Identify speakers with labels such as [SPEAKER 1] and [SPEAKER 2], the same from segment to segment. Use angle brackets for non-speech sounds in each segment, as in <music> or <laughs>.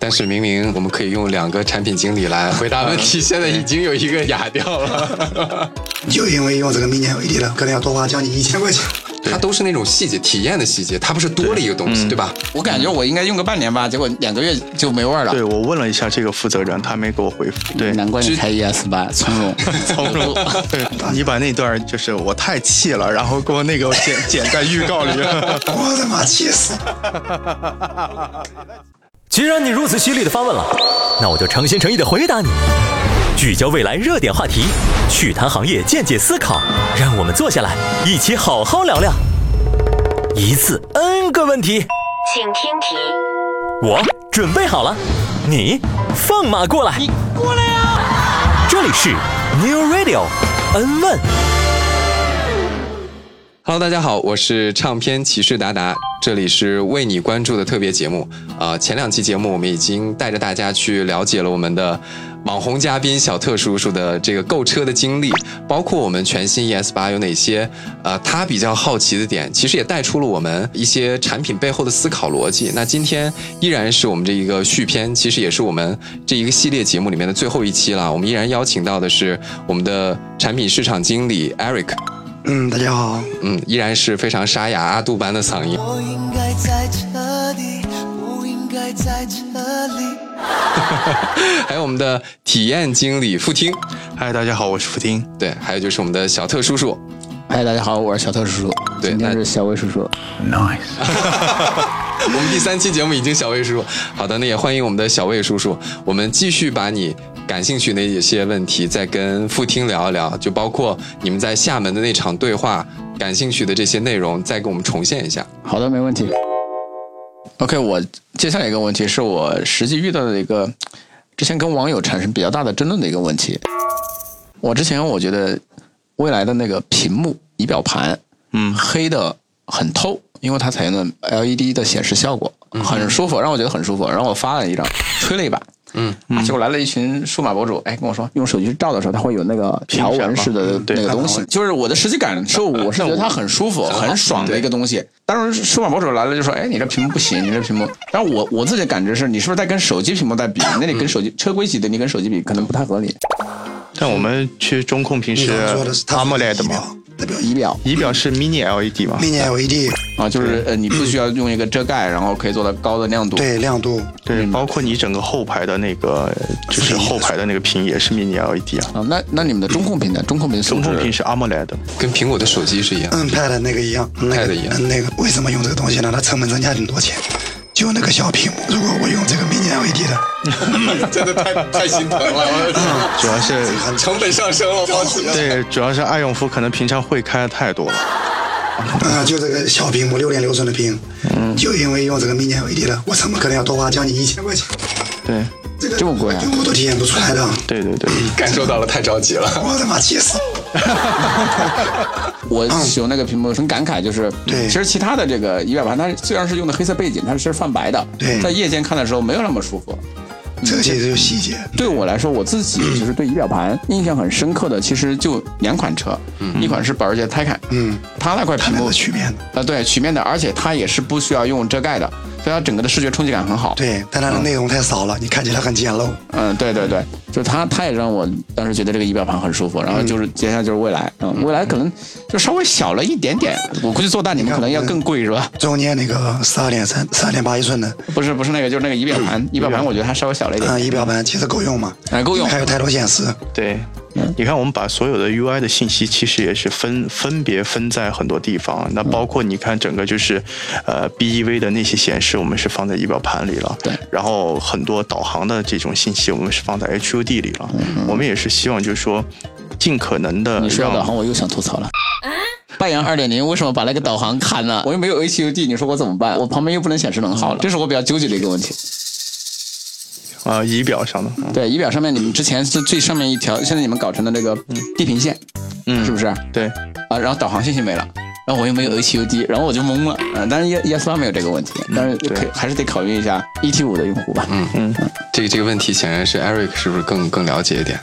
[SPEAKER 1] 但是明明我们可以用两个产品经理来回答问题， <laughs> 现在已经有一个哑掉了。
[SPEAKER 2] 就因为用这个 Mini LED 了，可能要多花将近一千块钱。
[SPEAKER 1] 它都是那种细节，体验的细节，它不是多了一个东西，对吧？
[SPEAKER 3] 我感觉我应该用个半年吧，结果两个月就没味儿了。
[SPEAKER 4] 对我问了一下这个负责人，他没给我回复。对，
[SPEAKER 3] 难怪你才 ES 八，从容， <laughs> 从容。
[SPEAKER 4] 对 <laughs> 你把那段就是我太气了，然后给我那个剪剪在预告里 <laughs> 了。
[SPEAKER 2] 我的妈，气死！
[SPEAKER 5] 既然你如此犀利的发问了，那我就诚心诚意的回答你。聚焦未来热点话题，趣谈行业见解思考，让我们坐下来一起好好聊聊。一次 N 个问题，
[SPEAKER 6] 请听题。
[SPEAKER 5] 我准备好了，你放马过来。啊你过来呀、这里是 New Radio N 问。
[SPEAKER 1] Hello，大家好，我是唱片骑士达达，这里是为你关注的特别节目。啊、前两期节目我们已经带着大家去了解了我们的网红嘉宾小特叔叔的这个购车的经历，包括我们全新 ES 八有哪些呃他比较好奇的点，其实也带出了我们一些产品背后的思考逻辑。那今天依然是我们这一个续篇，其实也是我们这一个系列节目里面的最后一期了。我们依然邀请到的是我们的产品市场经理 Eric。
[SPEAKER 2] 嗯，大家好，
[SPEAKER 1] 嗯，依然是非常沙哑阿杜般的嗓音。
[SPEAKER 7] 我应该在这里，不应该在这里。
[SPEAKER 1] 还有我们的体验经理付听，
[SPEAKER 4] 嗨，大家好，我是付丁。
[SPEAKER 1] 对，还有就是我们的小特叔叔。
[SPEAKER 3] 嗨，大家好，我是小特叔叔，
[SPEAKER 1] 对
[SPEAKER 3] 今天
[SPEAKER 1] 那
[SPEAKER 3] 是小魏叔叔。
[SPEAKER 1] 我们第三期节目已经小魏叔叔，好的，那也欢迎我们的小魏叔叔，我们继续把你感兴趣的一些问题再跟付听聊一聊，就包括你们在厦门的那场对话，感兴趣的这些内容再给我们重现一下。
[SPEAKER 3] 好的，没问题。OK，我接下来一个问题是我实际遇到的一个之前跟网友产生比较大的争论的一个问题。我之前我觉得未来的那个屏幕仪表盘，
[SPEAKER 4] 嗯
[SPEAKER 3] 黑的很透，因为它采用了 LED 的显示效果，
[SPEAKER 4] 嗯
[SPEAKER 3] 很舒服，让我觉得很舒服。然后我发了一张，吹了一把，
[SPEAKER 1] 嗯
[SPEAKER 3] 啊，结果来了一群数码博主，哎，跟我说用手机去照的时候，它会有那个条纹式的
[SPEAKER 4] 嗯对
[SPEAKER 3] 那个
[SPEAKER 4] 条
[SPEAKER 3] 东
[SPEAKER 4] 纹
[SPEAKER 3] 西，就是我的实际感受，我是觉得它很舒服、很爽的一个东西。当时数码博主来了就说，哎，你这屏幕不行，你这屏幕。但是我我自己的感知是，你是不是在跟手机屏幕在比？那你跟手
[SPEAKER 2] 嗯
[SPEAKER 3] 机车规级的，你跟手机比可能不太合理。
[SPEAKER 4] 但我们去中控平
[SPEAKER 2] 你
[SPEAKER 4] 时
[SPEAKER 2] 刚刚说的是它
[SPEAKER 4] AMOLED
[SPEAKER 2] 仪
[SPEAKER 4] 嘛，
[SPEAKER 2] 表，代表
[SPEAKER 3] 仪表
[SPEAKER 4] 仪表是 Mini LED 嘛，
[SPEAKER 2] Mini LED
[SPEAKER 3] 啊，就是呃，你不需要用一个遮盖，然后可以做到高的亮度。
[SPEAKER 2] 对亮度，
[SPEAKER 4] 对，包括你整个后排的那个就是后排的那个屏也是 Mini LED 啊，
[SPEAKER 3] 啊，那那你们的中控屏呢？中控屏素
[SPEAKER 4] 中控屏
[SPEAKER 3] 质
[SPEAKER 4] 是 AMOLED。
[SPEAKER 1] 跟苹果的手机是一样。
[SPEAKER 2] 嗯，Pad 那个一样，那
[SPEAKER 1] Pad
[SPEAKER 2] 个
[SPEAKER 1] 一样
[SPEAKER 2] 嗯那个为什么用这个东西呢？它成本增加挺多钱，就那个小屏幕。如果我用这个 Mini LED 的，
[SPEAKER 1] 真的太太心疼了，
[SPEAKER 4] 主
[SPEAKER 2] <laughs>
[SPEAKER 4] 要是
[SPEAKER 1] 成本上升了，抛
[SPEAKER 4] <laughs>
[SPEAKER 1] 弃。
[SPEAKER 4] 对，主要是爱用户可能平常会开的太多了。
[SPEAKER 2] 啊、就这个小屏幕六点六寸的屏，就因为用这个 Mini LED 的，我成本可能要多花将近一千块钱，
[SPEAKER 4] 对，
[SPEAKER 2] 这个
[SPEAKER 3] 这么贵啊？
[SPEAKER 2] 我都体验不出来的。
[SPEAKER 4] 对对对，
[SPEAKER 1] 感受到了，太着急了。
[SPEAKER 2] 我的妈，气死！
[SPEAKER 3] 我使用那个屏幕很感慨，就是
[SPEAKER 2] 嗯对
[SPEAKER 3] 其实其他的这个仪表盘，它虽然是用的黑色背景，它是泛白的，
[SPEAKER 2] 对
[SPEAKER 3] 在夜间看的时候没有那么舒服。
[SPEAKER 2] 这些就是细节。
[SPEAKER 3] 对我来说，我自己就是对仪表盘印象很深刻的，其实就两款车，一款是保时捷 Taycan，
[SPEAKER 2] 嗯，
[SPEAKER 3] 嗯它那块
[SPEAKER 2] 他
[SPEAKER 3] 屏
[SPEAKER 2] 们
[SPEAKER 3] 幕
[SPEAKER 2] 的曲面的，
[SPEAKER 3] 啊，对曲面的，而且它也是不需要用遮盖的，所以它整个的视觉冲击感很好。
[SPEAKER 2] 对，但它的内容太少了，你看起来很简陋。
[SPEAKER 3] 嗯，对对对，就它它也让我当时觉得这个仪表盘很舒服，然后就是接下来就是蔚来，嗯，蔚来可能就稍微小了一点点，我估计做大你们可能要更贵是吧？
[SPEAKER 2] 中间那个十二点三、十二点八一寸的，
[SPEAKER 3] 不是不是那个，就是那个仪表盘，嗯仪表盘我觉得它稍微小了一点
[SPEAKER 2] 嗯，，仪表盘其实够用嘛？
[SPEAKER 3] 哎够用
[SPEAKER 2] 还有抬头显示，
[SPEAKER 4] 对，
[SPEAKER 3] 嗯
[SPEAKER 4] 你看，我们把所有的 UI 的信息其实也是分分别分在很多地方。
[SPEAKER 3] 嗯
[SPEAKER 4] 那包括你看整个就是，呃，BEV 的那些显示，我们是放在仪表盘里了。
[SPEAKER 3] 对。
[SPEAKER 4] 然后很多导航的这种信息，我们是放在 HUD 里了。我们也是希望就是说，尽可能的
[SPEAKER 3] 嗯你说到导
[SPEAKER 4] 让
[SPEAKER 3] 航，我又想吐槽了。拜阳二点零为什么把那个导航砍了？我又没有 HUD，你说我怎么办？我旁边又不能显示能耗了，这是我比较纠结的一个问题。
[SPEAKER 4] 呃仪表上的，嗯
[SPEAKER 3] 对，仪表上面你们之前是最上面一条，现在你们搞成了这个地平线，
[SPEAKER 4] 嗯
[SPEAKER 3] 是不是？
[SPEAKER 4] 对，
[SPEAKER 3] 啊，然后导航信息没了，然后我又没有 HUD，然后我就懵了。嗯、但是 ES 八没有这个问题，但是
[SPEAKER 4] 对
[SPEAKER 3] 可以还是得考虑一下 ET 五的用户吧。
[SPEAKER 1] 这个这个问题显然是 Eric 是不是更更了解一点？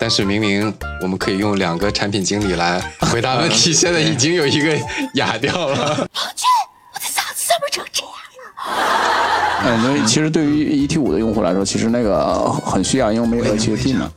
[SPEAKER 1] 但是明明我们可以用两个产品经理来回答问
[SPEAKER 3] <laughs>
[SPEAKER 1] 题，现在已经有一个哑掉了。
[SPEAKER 6] 我的嗓子怎么成这样？
[SPEAKER 3] 嗯，因为其实对于 ET 五的用户来说，其实那个呃很需要，因为我们有 H
[SPEAKER 2] 会
[SPEAKER 3] D 嘛，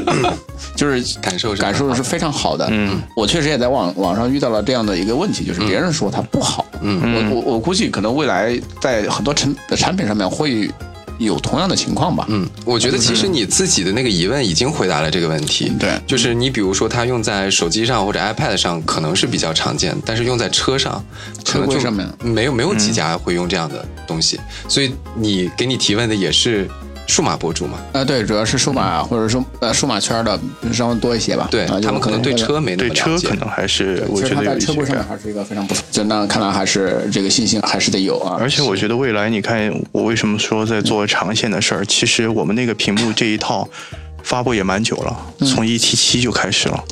[SPEAKER 3] <laughs> 就是
[SPEAKER 1] 感受是
[SPEAKER 3] 感受是非常好的。嗯，我确实也在网网上遇到了这样的一个问题，就是别人说它不好，嗯，我我我估计可能未来在很多产呃产品上面会有同样的情况吧。
[SPEAKER 1] 嗯，我觉得其实你自己的那个疑问已经回答了这个问题。
[SPEAKER 3] 对
[SPEAKER 1] 就是你比如说它用在手机上或者 iPad 上可能是比较常见，但是用在车上，可能
[SPEAKER 3] 车
[SPEAKER 1] 就
[SPEAKER 3] 规上面嗯
[SPEAKER 1] 没有没有几家会用这样的东西。所以你给你提问的也是数码博主嘛？
[SPEAKER 3] 啊、对，主要是数码、或者说呃数码圈的稍微多一些吧。
[SPEAKER 1] 对、
[SPEAKER 3] 啊
[SPEAKER 1] 他们可能对。
[SPEAKER 3] 有
[SPEAKER 1] 车没那
[SPEAKER 4] 对
[SPEAKER 1] 么
[SPEAKER 4] 车
[SPEAKER 1] 了解
[SPEAKER 4] 可。能还是我
[SPEAKER 3] 其实
[SPEAKER 4] 觉
[SPEAKER 3] 它
[SPEAKER 4] 得有
[SPEAKER 3] 在
[SPEAKER 4] 一
[SPEAKER 3] 车
[SPEAKER 4] 些
[SPEAKER 3] 规上面
[SPEAKER 4] 改。
[SPEAKER 3] 还是一个非常不错，就那看来还是这个信心还是得有啊。
[SPEAKER 4] 而且我觉得未来，你看我为什么说在
[SPEAKER 1] 嗯
[SPEAKER 4] 做长线的事儿，其实我们那个屏幕这一套。发布也蛮久了，
[SPEAKER 1] 嗯
[SPEAKER 4] 从一七七就开始了，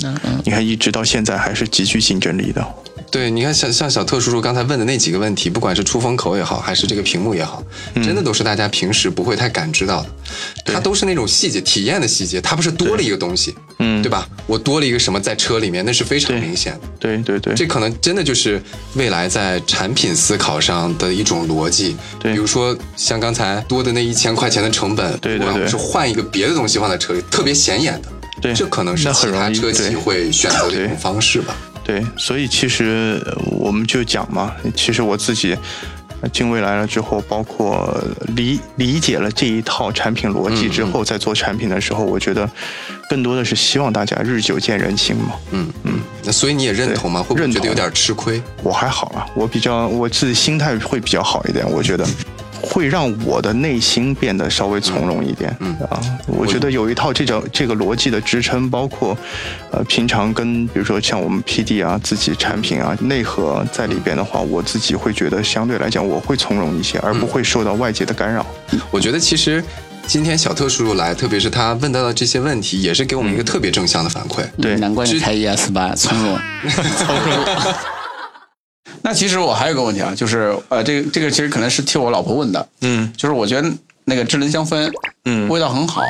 [SPEAKER 4] 你看一直到现在还是极具竞争力的。
[SPEAKER 1] 对，你看像像小特叔叔刚才问的那几个问题，不管是出风口也好，还是这个屏幕也好，
[SPEAKER 4] 嗯
[SPEAKER 1] 真的都是大家平时不会太感知到的。它都是那种细节、体验的细节，它不是多了一个东西，
[SPEAKER 4] 嗯
[SPEAKER 1] 对吧？我多了一个什么在车里面，那是非常
[SPEAKER 4] 对
[SPEAKER 1] 明显的。
[SPEAKER 4] 对对对，
[SPEAKER 1] 这可能真的就是未来在产品思考上的一种逻辑。
[SPEAKER 4] 对
[SPEAKER 1] 比如说像刚才多的那一千块钱的成本，
[SPEAKER 4] 对对
[SPEAKER 1] 我要
[SPEAKER 4] 对
[SPEAKER 1] 是换一个别的东西放在车里，特别显眼的。
[SPEAKER 4] 对
[SPEAKER 1] 这可能是
[SPEAKER 4] 那
[SPEAKER 1] 其
[SPEAKER 4] 很
[SPEAKER 1] 他
[SPEAKER 4] 容易
[SPEAKER 1] 车企
[SPEAKER 4] 对
[SPEAKER 1] 会选择的一种
[SPEAKER 4] 对
[SPEAKER 1] 方式吧。
[SPEAKER 4] 对，所以其实呃我们就讲嘛，其实我自己呃进未来了之后，包括理理解了这一套产品逻
[SPEAKER 1] 嗯
[SPEAKER 4] 辑之后，在做产品的时候，我觉得更多的是希望大家日久见人心嘛。
[SPEAKER 1] 嗯嗯，那所以你也认同吗？
[SPEAKER 4] 对
[SPEAKER 1] 会不会
[SPEAKER 4] 认
[SPEAKER 1] 觉
[SPEAKER 4] 同啊
[SPEAKER 1] 得有点吃亏？
[SPEAKER 4] 我还好啦，我比较我自己心态会比较好一点，我觉得。会让我的内心变得稍微从容一点，
[SPEAKER 1] 嗯
[SPEAKER 4] 啊，我觉得有一套这种这个逻辑的支撑，包括，呃，平常跟比如说像我们 PD 啊，自己产品啊内核在里边的话，我自己会觉得相对来讲我会从容一些，而不会受到外界的干扰。
[SPEAKER 1] 我觉得其实今天小特叔叔来，特别是他问到的这些问题，也是给我们一个特别正向的反馈。
[SPEAKER 4] 对
[SPEAKER 3] 嗯难怪你
[SPEAKER 1] 之
[SPEAKER 3] 开 ES 八，从容， <laughs> 从容。那其实我还有个问题啊，就是呃，这个这个其实可能是替我老婆问的，
[SPEAKER 4] 嗯
[SPEAKER 3] 就是我觉得那个智能香氛，
[SPEAKER 4] 嗯
[SPEAKER 3] 味道很好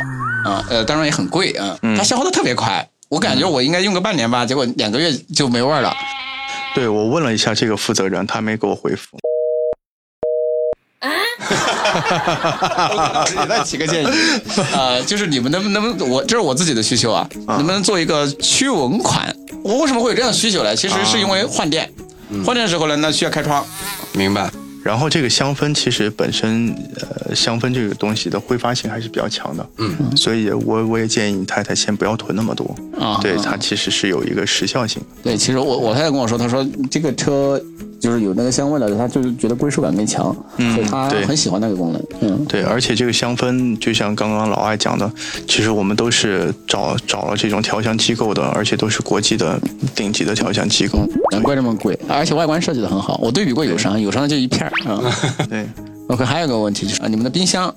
[SPEAKER 3] 啊，呃，当然也很贵啊，它消耗的特别快，我感觉我应该用个半年吧，结果两个月就没味儿 <laughs> 了。
[SPEAKER 4] 对我问了一下这个负责人，他没给我回复。
[SPEAKER 3] 给再提个建议， <laughs> 呃，就是你们能不能，我这是我自己的需求啊，能不能做一个驱蚊款？我为什么会有这样的需求呢？其实是因为换电，换电的时候呢，那需要开窗，
[SPEAKER 1] 明白？
[SPEAKER 4] 然后这个香氛其实本身，呃，香氛这个东西的挥发性还是比较强的，
[SPEAKER 1] 嗯，
[SPEAKER 4] 所以我我也建议你太太先不要囤那么多，
[SPEAKER 3] 啊
[SPEAKER 4] 对，
[SPEAKER 3] 啊
[SPEAKER 4] 它其实是有一个时效性的，
[SPEAKER 3] 对，其实我我太太跟我说，她说这个车就是有那个香味了，她就是觉得归属感更强，
[SPEAKER 4] 嗯
[SPEAKER 3] 所以她
[SPEAKER 4] 对
[SPEAKER 3] 很喜欢那个功能。嗯，
[SPEAKER 4] 对，而且这个香氛就像刚刚老艾讲的，其实我们都是找找了这种调香机构的，而且都是国际的顶级的调香机构，
[SPEAKER 3] 嗯难怪这么贵，而且外观设计的很好。我对比过友商，友商就一片儿
[SPEAKER 4] <laughs>
[SPEAKER 3] 啊。
[SPEAKER 4] 对，
[SPEAKER 3] OK，还有一个问题就是啊，你们的冰箱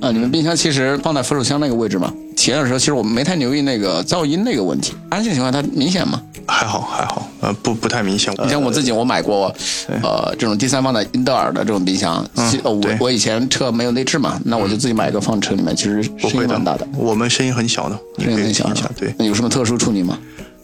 [SPEAKER 3] 啊，你们冰箱其实放在扶手箱那个位置嘛，体验的时候其实我没太留意那个噪音那个问题，安静情况它明显吗？
[SPEAKER 4] 还好还好，呃，不不太明显，
[SPEAKER 3] 你像我自己，我买过，呃，这种第三方的英特尔的这种冰箱，
[SPEAKER 4] 嗯
[SPEAKER 3] 其呃我
[SPEAKER 4] 对
[SPEAKER 3] 我以前车没有内置嘛，那我就自己买一个放车里面，其实
[SPEAKER 4] 不
[SPEAKER 3] 声
[SPEAKER 4] 会
[SPEAKER 3] 音蛮大
[SPEAKER 4] 的
[SPEAKER 3] 的，，
[SPEAKER 4] 我们声音很小的，你
[SPEAKER 3] 声
[SPEAKER 4] 可
[SPEAKER 3] 音
[SPEAKER 4] 以听
[SPEAKER 3] 很
[SPEAKER 4] 一
[SPEAKER 3] 小啊
[SPEAKER 4] 下
[SPEAKER 3] 是吧，
[SPEAKER 4] 对。
[SPEAKER 3] 那有什么特殊处理吗？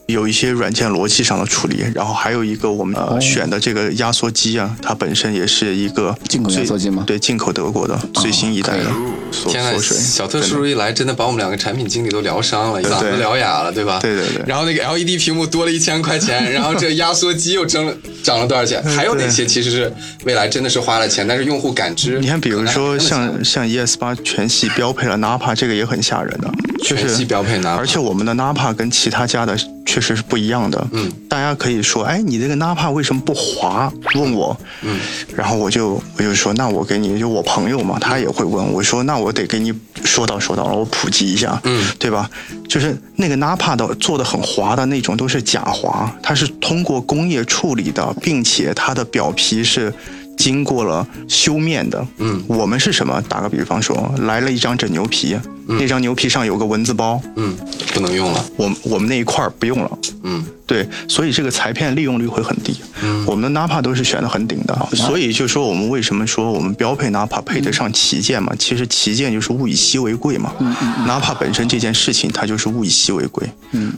[SPEAKER 4] 有一些软件逻辑上的处理，然后还有一个我们、
[SPEAKER 3] 哦
[SPEAKER 4] 呃选的这个压缩机啊，它本身也是一个
[SPEAKER 3] 进口压缩机吗啊
[SPEAKER 4] 最对，进口德国的最新一代的缩
[SPEAKER 1] 天呐，
[SPEAKER 4] 缩水。
[SPEAKER 1] 小特叔
[SPEAKER 4] 真
[SPEAKER 1] 叔
[SPEAKER 4] 的
[SPEAKER 1] 一来，真的把我们两个产品经理都聊伤了，嗓子
[SPEAKER 4] 对
[SPEAKER 1] 聊哑了，对吧？
[SPEAKER 4] 对对对
[SPEAKER 1] 然后那个 LED 屏幕多了一千块
[SPEAKER 4] <laughs>
[SPEAKER 1] 钱，然后这压缩机又增了涨了多少钱？还有哪些其实是未来真的是花了钱，但是用户感知
[SPEAKER 4] 你看，比
[SPEAKER 1] 可
[SPEAKER 4] 如
[SPEAKER 1] 能还没
[SPEAKER 4] 说
[SPEAKER 1] 那么
[SPEAKER 4] 像
[SPEAKER 1] 强
[SPEAKER 4] 像 ES 八全系标配了 Napa，这个也很吓人的，就
[SPEAKER 1] 全
[SPEAKER 4] 是
[SPEAKER 1] 系标配 Napa
[SPEAKER 4] 而且我们的 Napa 跟其他家的确实是不一样的。
[SPEAKER 1] 嗯，
[SPEAKER 4] 大家可以说，哎，你这个 Napa 为什么不滑？问我。嗯，然后我就我就说，那我给你，就我朋友嘛，他也会问，我说那我得给你说道说道了，我普及一下，
[SPEAKER 1] 嗯，
[SPEAKER 4] 对吧？就是那个 Napa 的做的很滑的那种都是假滑，它是通过工业处理的，并且它的表皮是。经过了修面的，
[SPEAKER 1] 嗯
[SPEAKER 4] 我们是什么？打个比方说，来了一张整牛皮，那张牛皮上有个蚊子包，
[SPEAKER 1] 嗯，不能用了，
[SPEAKER 4] 我们我们那一块儿不用了。
[SPEAKER 1] 嗯，
[SPEAKER 4] 对，所以这个裁片利用率会很低。我们的 Napa 都是选的很顶的，所以就说我们为什么说我们标配 Napa 配得上旗舰嘛？其实旗舰就是物以稀为贵嘛。Napa 本身这件事情它就是物以稀为贵。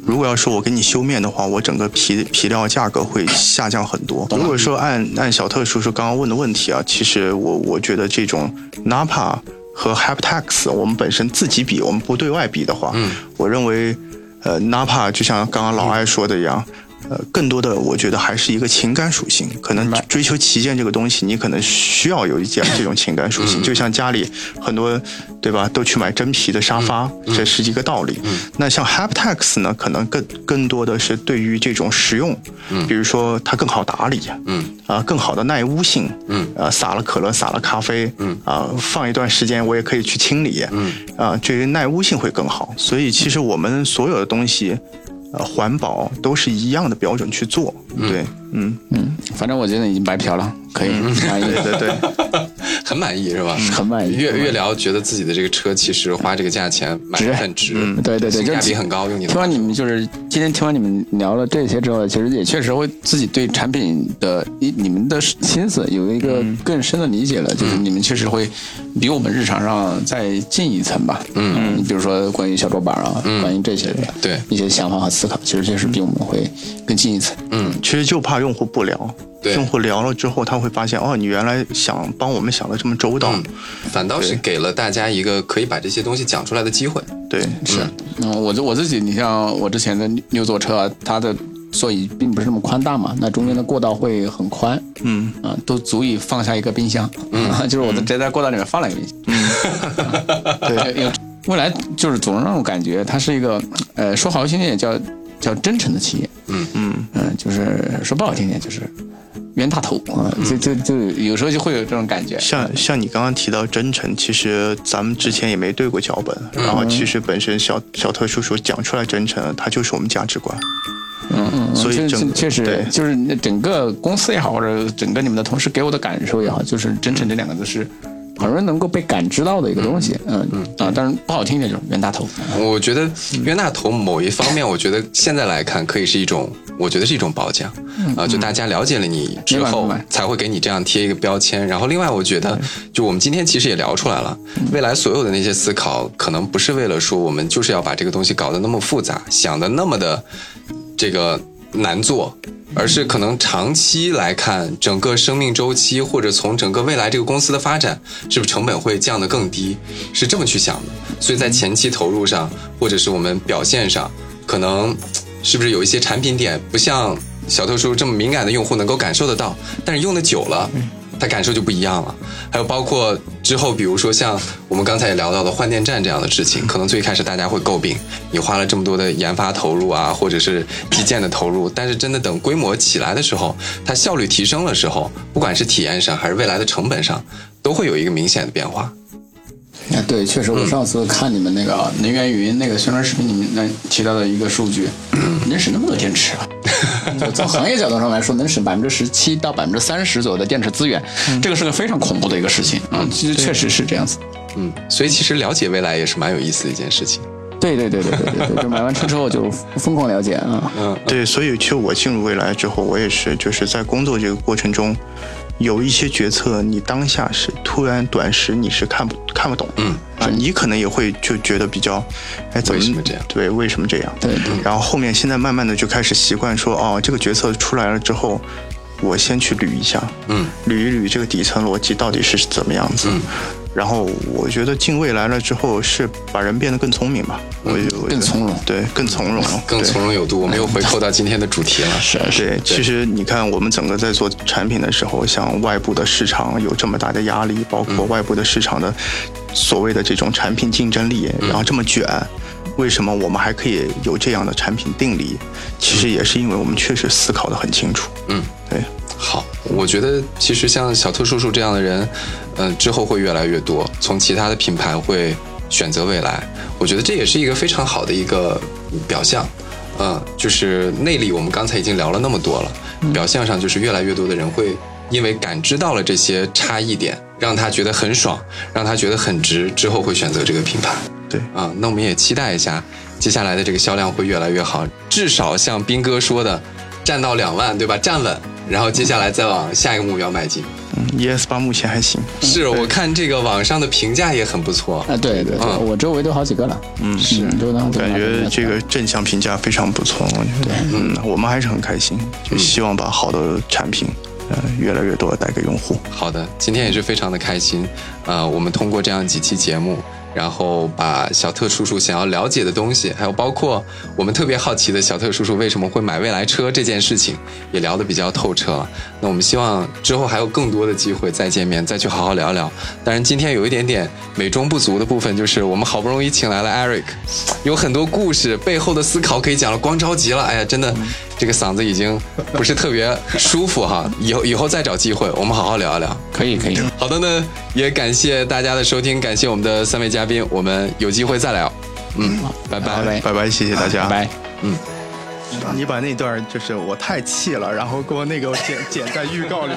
[SPEAKER 4] 如果要说我给你修面的话，我整个皮皮料价格会下降很多。如果说按按小特叔叔刚刚问的问题啊，其实我我觉得这种 Napa 和 Haptex 我们本身自己比，我们不对外比的话，我认为。呃，Napa 就像刚刚老艾说的一样，呃，更多的我觉得还是一个情感属性。可能追求旗舰这个东西，你可能需要有一点这种情感属性。就像家里很多对吧，都去买真皮的沙发，这是一个道理。那像 Haptex 呢，可能更更多的是对于这种实用，比如说它更好打理，
[SPEAKER 1] 嗯
[SPEAKER 4] 啊，更好的耐污性，
[SPEAKER 1] 嗯
[SPEAKER 4] 啊，洒了可乐，洒了咖啡，
[SPEAKER 1] 嗯
[SPEAKER 4] 啊，放一段时间我也可以去清理，嗯，啊，这个耐污性会更好。所以其实我们所有的东西，呃，环保都是一样的标准去做，对，嗯，
[SPEAKER 3] 嗯，反正我觉得已经白嫖了，可以
[SPEAKER 1] 嗯
[SPEAKER 3] <laughs> 满意。
[SPEAKER 4] 对对对，
[SPEAKER 1] <laughs> 很满意是吧？
[SPEAKER 3] 嗯很满意
[SPEAKER 1] 越
[SPEAKER 3] 很满意
[SPEAKER 1] 越聊觉得自己的这个车其实花这个价钱买
[SPEAKER 3] 值
[SPEAKER 1] 的很值，
[SPEAKER 4] 嗯
[SPEAKER 3] 对对对，
[SPEAKER 1] 性
[SPEAKER 3] 就是
[SPEAKER 1] 价比很高，用你的
[SPEAKER 3] 听完你们就是今天听完你们聊了这些之后，其实也确实会自己对产品的你你们的心思有一
[SPEAKER 1] 嗯
[SPEAKER 3] 个更深的理解了，就是你们确实会比我们日常上再进一层吧。嗯，你比如说关于小桌板啊，关于这些的，
[SPEAKER 1] 嗯对
[SPEAKER 3] 一些想法和思考，其实确实比我们会更进一层。
[SPEAKER 4] 其实就怕用户不聊。
[SPEAKER 1] 对
[SPEAKER 4] 用户聊了之后，他会发现哦，你原来想帮我们想的这么周到，
[SPEAKER 1] 嗯，反倒是给了大家一个可以把这些东西讲出来的机会。
[SPEAKER 4] 对，
[SPEAKER 3] 是，嗯，我自我自己，你像我之前的六座车啊，它的座椅并不是那么宽大嘛，那中间的过道会很宽，
[SPEAKER 4] 嗯
[SPEAKER 3] 啊、都足以放下一个冰箱，嗯， <laughs> 就是我直接在过道里面放了一个冰箱， <laughs>
[SPEAKER 4] 对，
[SPEAKER 3] 有未来就是总让我感觉它是一个，呃，说好听点叫叫真诚的企业，
[SPEAKER 4] 嗯，
[SPEAKER 3] 嗯，就是说不好听点就是冤大头啊，
[SPEAKER 4] 嗯
[SPEAKER 3] 就就就有时候就会有这种感觉，
[SPEAKER 4] 像像你刚刚提到真诚，其实咱们之前也没对过脚本，然后其实本身小小特叔叔讲出来真诚，它就是我们价值观。
[SPEAKER 3] 嗯嗯，嗯
[SPEAKER 4] 所以
[SPEAKER 3] 确
[SPEAKER 4] 整
[SPEAKER 3] 确
[SPEAKER 4] 个
[SPEAKER 3] 确实
[SPEAKER 4] 对
[SPEAKER 3] 就是那整个公司也好，或者整个你们的同事给我的感受也好，就是真
[SPEAKER 4] 嗯
[SPEAKER 3] 诚这两个字是很容易能够被感知到的一个东西，嗯啊，当然不好听一点就是冤大头，
[SPEAKER 1] 我觉得
[SPEAKER 3] 嗯
[SPEAKER 1] 冤大头某一方面，我觉得现在来看可以是一种，我觉得是一种褒奖啊，就大家了解了你之
[SPEAKER 3] 嗯明
[SPEAKER 1] 后
[SPEAKER 3] 白明白，
[SPEAKER 1] 才会给你这样贴一个标签。然后另外，我觉得就我们今天其实也聊出来了，未来所有的那些思考，可能不是为了说我们就是要把这个东西搞得那么复杂，想的那么的这个难做，而是可能长期来看，整个生命周期或者从整个未来这个公司的发展，是不是成本会降得更低，是这么去想的。所以在前期投入上，或者是我们表现上，可能是不是有一些产品点不像小特殊这么敏感的用户能够感受得到，但是用的久了。他感受就不一样了，还有包括之后，比如说像我们刚才也聊到的换电站这样的事情，可能最开始大家会诟病你花了这么多的研发投入啊，或者是基建的投入，但啊是真的等规模起来的时候，它效率提升的时候，不管是体验上还是未来的成本上，都会有一个明显的变化。
[SPEAKER 3] 啊，对，确实，我
[SPEAKER 4] 嗯
[SPEAKER 3] 上次看你们那个能源云那个宣传视频里面那提到的一个数
[SPEAKER 4] <clears throat>
[SPEAKER 3] 据，能省那么多电池啊！就从行业角度上来说，能省百分之十七到百分之三十左右的电池资源，这个是个非常恐怖的一个事情啊！其实确实是这样子。
[SPEAKER 1] 嗯，所以其实了解未来也是蛮有意思的一件事情。
[SPEAKER 3] 对对对对对对对，就买完车之后就疯狂了解啊！
[SPEAKER 4] 对，所以其实我进入未来之后，我也是就是在工作这个过程中，有一些决策你当下是突然短时你是看不看不懂，嗯啊，你可能也会就觉得比较，哎，怎么
[SPEAKER 1] 为什么这样
[SPEAKER 4] 对，为什么这样？
[SPEAKER 3] 对对
[SPEAKER 4] 然后后面现在慢慢的就开始习惯说，哦，这个决策出来了之后，我先去捋一下，
[SPEAKER 1] 嗯，
[SPEAKER 4] 捋一捋这个底层逻辑到底是怎么样子。然后我觉得进未来了之后，是把人变得更聪明吧，我觉得
[SPEAKER 3] 更从容
[SPEAKER 4] 对，更从容，
[SPEAKER 1] 嗯更
[SPEAKER 4] 对
[SPEAKER 1] 从容有度，我们又回扣到今天的主题了。
[SPEAKER 3] 是
[SPEAKER 4] 对，其实你看，我们整个在做产品的时候，像外部的市场有这么大的压力，包括外部的市场的所谓的这种产品竞争力，然后这么卷，为什么我们还可以有这样的产品定力？其实也是因为我们确实思考的很清楚。
[SPEAKER 1] 嗯，
[SPEAKER 4] 对，
[SPEAKER 1] 好，我觉得其实像小特叔叔这样的人，嗯、之后会越来越多，从其他的品牌会选择未来，我觉得这也是一个非常好的一个表象。嗯，就是内力，我们刚才已经聊了那么多了，表象上就是越来越多的人会因为感知到了这些差异点，让他觉得很爽，让他觉得很值，之后会选择这个品牌。
[SPEAKER 4] 对
[SPEAKER 1] 啊，那我们也期待一下接下来的这个销量会越来越好，至少像斌哥说的，站到两万，对吧？站稳，然后接下来再往下一个目标迈进。
[SPEAKER 4] 嗯，ES 八目前还行，
[SPEAKER 1] 是我看这网上的评价也很不错，
[SPEAKER 3] 啊，对对对，
[SPEAKER 1] 嗯
[SPEAKER 3] 我周围都好几个了，嗯，是，周围都好几个
[SPEAKER 4] 感
[SPEAKER 3] 了
[SPEAKER 4] 觉这个正向评价非常不错，我觉得，嗯，我们还是很开心，就希望把好的产品，呃，越来越多的带给用户。
[SPEAKER 1] 好的，今天也是非常的开心。呃，我们通过这样几期节目，然后把小特叔叔想要了解的东西，还有包括我们特别好奇的小特叔叔为什么会买未来车这件事情，也聊得比较透彻了。那我们希望之后还有更多的机会再见面，再去好好聊聊。当然，今天有一点点美中不足的部分，就是我们好不容易请来了 Eric，有很多故事背后的思考可以讲了，光着急了。哎呀，真的，这个嗓子已经不是特别舒服哈。以后以后再找机会，我们好好聊一聊。
[SPEAKER 3] 可以可以，
[SPEAKER 1] <laughs> 好的呢，也感谢大家的收听，感谢我们的三位嘉宾，我们有机会再聊。嗯，拜拜。
[SPEAKER 3] 拜
[SPEAKER 4] 拜拜，谢谢大家，
[SPEAKER 3] 拜。拜。
[SPEAKER 4] 你把那段就是我太气了，然后给我那个剪剪在预告里。